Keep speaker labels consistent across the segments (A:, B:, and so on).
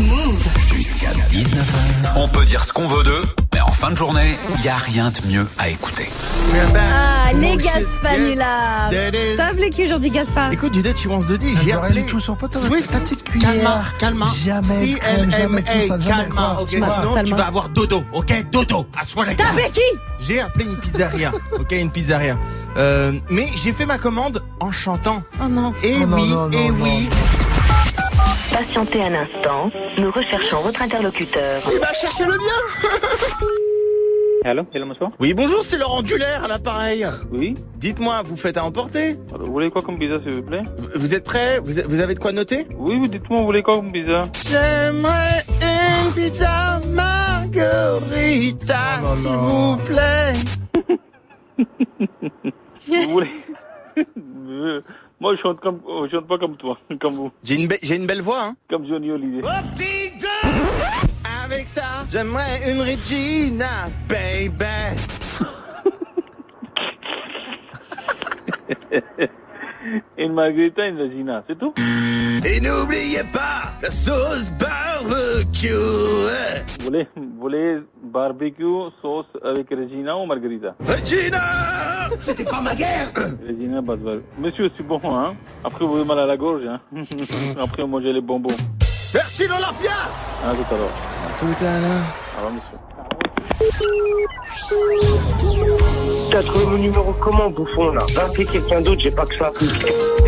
A: Move.
B: Jusqu'à 19h, on peut dire ce qu'on veut d'eux, mais en fin de journée, il n'y a rien de mieux à écouter.
C: We're back.
A: Ah, les
C: Bullshit.
A: Gaspanulas.
C: Oh, Yes, there it is.
A: T'as appelé qui aujourd'hui, Gaspard
C: Écoute, du Dutch Wants de dire, j'ai appelé
D: tout sur pote avec
C: Swift,
D: ta petite cuillère.
C: Calma, calma.
D: Jamais de
C: Si elle
D: crème, jamais de
C: hey,
D: sauce, jamais de
C: calma,
D: quoi.
C: ok.
D: Tu m'as-
C: Sinon, tu
A: Bah, Salma.
C: vas avoir dodo, ok, dodo. À soi la
A: T'as
C: calme.
A: appelé qui
C: J'ai appelé une pizzeria, ok, une pizzeria. Euh, mais j'ai fait ma commande en chantant.
A: Oh non.
C: Et
D: Oh non,
C: oui,
D: non, non,
C: et
D: non.
C: oui.
E: Patientez un instant, nous recherchons votre interlocuteur.
C: Il va chercher le bien.
F: Allô, hello, bonsoir.
C: Oui, bonjour, c'est Laurent Dulaire à l'appareil.
F: Oui.
C: Dites-moi, vous faites à emporter
F: Alors, vous voulez quoi comme pizza, s'il vous plaît
C: Vous- Vous êtes prêts vous, vous avez de quoi noter
F: Oui, oui, dites-moi, vous voulez quoi comme pizza
C: J'aimerais une pizza margarita,
D: Oh là là.
C: s'il vous plaît.
F: Vous voulez Je- Moi, je chante comme, oh, je chante pas comme toi, comme vous,
C: J'ai une, be- j'ai une belle voix, hein.
F: comme Johnny Olivier.
C: Avec ça, j'aimerais une Regina, baby.
F: Une margarita, une vagina, c'est tout
C: Et n'oubliez pas la sauce barbecue. hein.
F: Vous voulez, vous voulez barbecue sauce avec Regina ou margarita
C: Regina
F: Regina, barbecue. Monsieur, c'est bon, hein Après, vous avez mal à la gorge, hein Après, vous mangez les bonbons.
C: Merci l'Olympia
F: À tout à l'heure. Au revoir, monsieur.
G: T'as trouvé mon numéro comment, bouffon, là Va appeler quelqu'un d'autre, j'ai pas que ça.
C: Et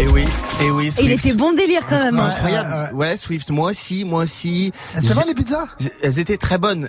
C: Eh oui, et oui,
A: Et
C: Swift.
A: il était bon délire quand même. hein.
C: Incroyable. Ouais, Swift, moi aussi, moi aussi.
D: C'était bon les pizzas
C: J- Elles étaient très bonnes.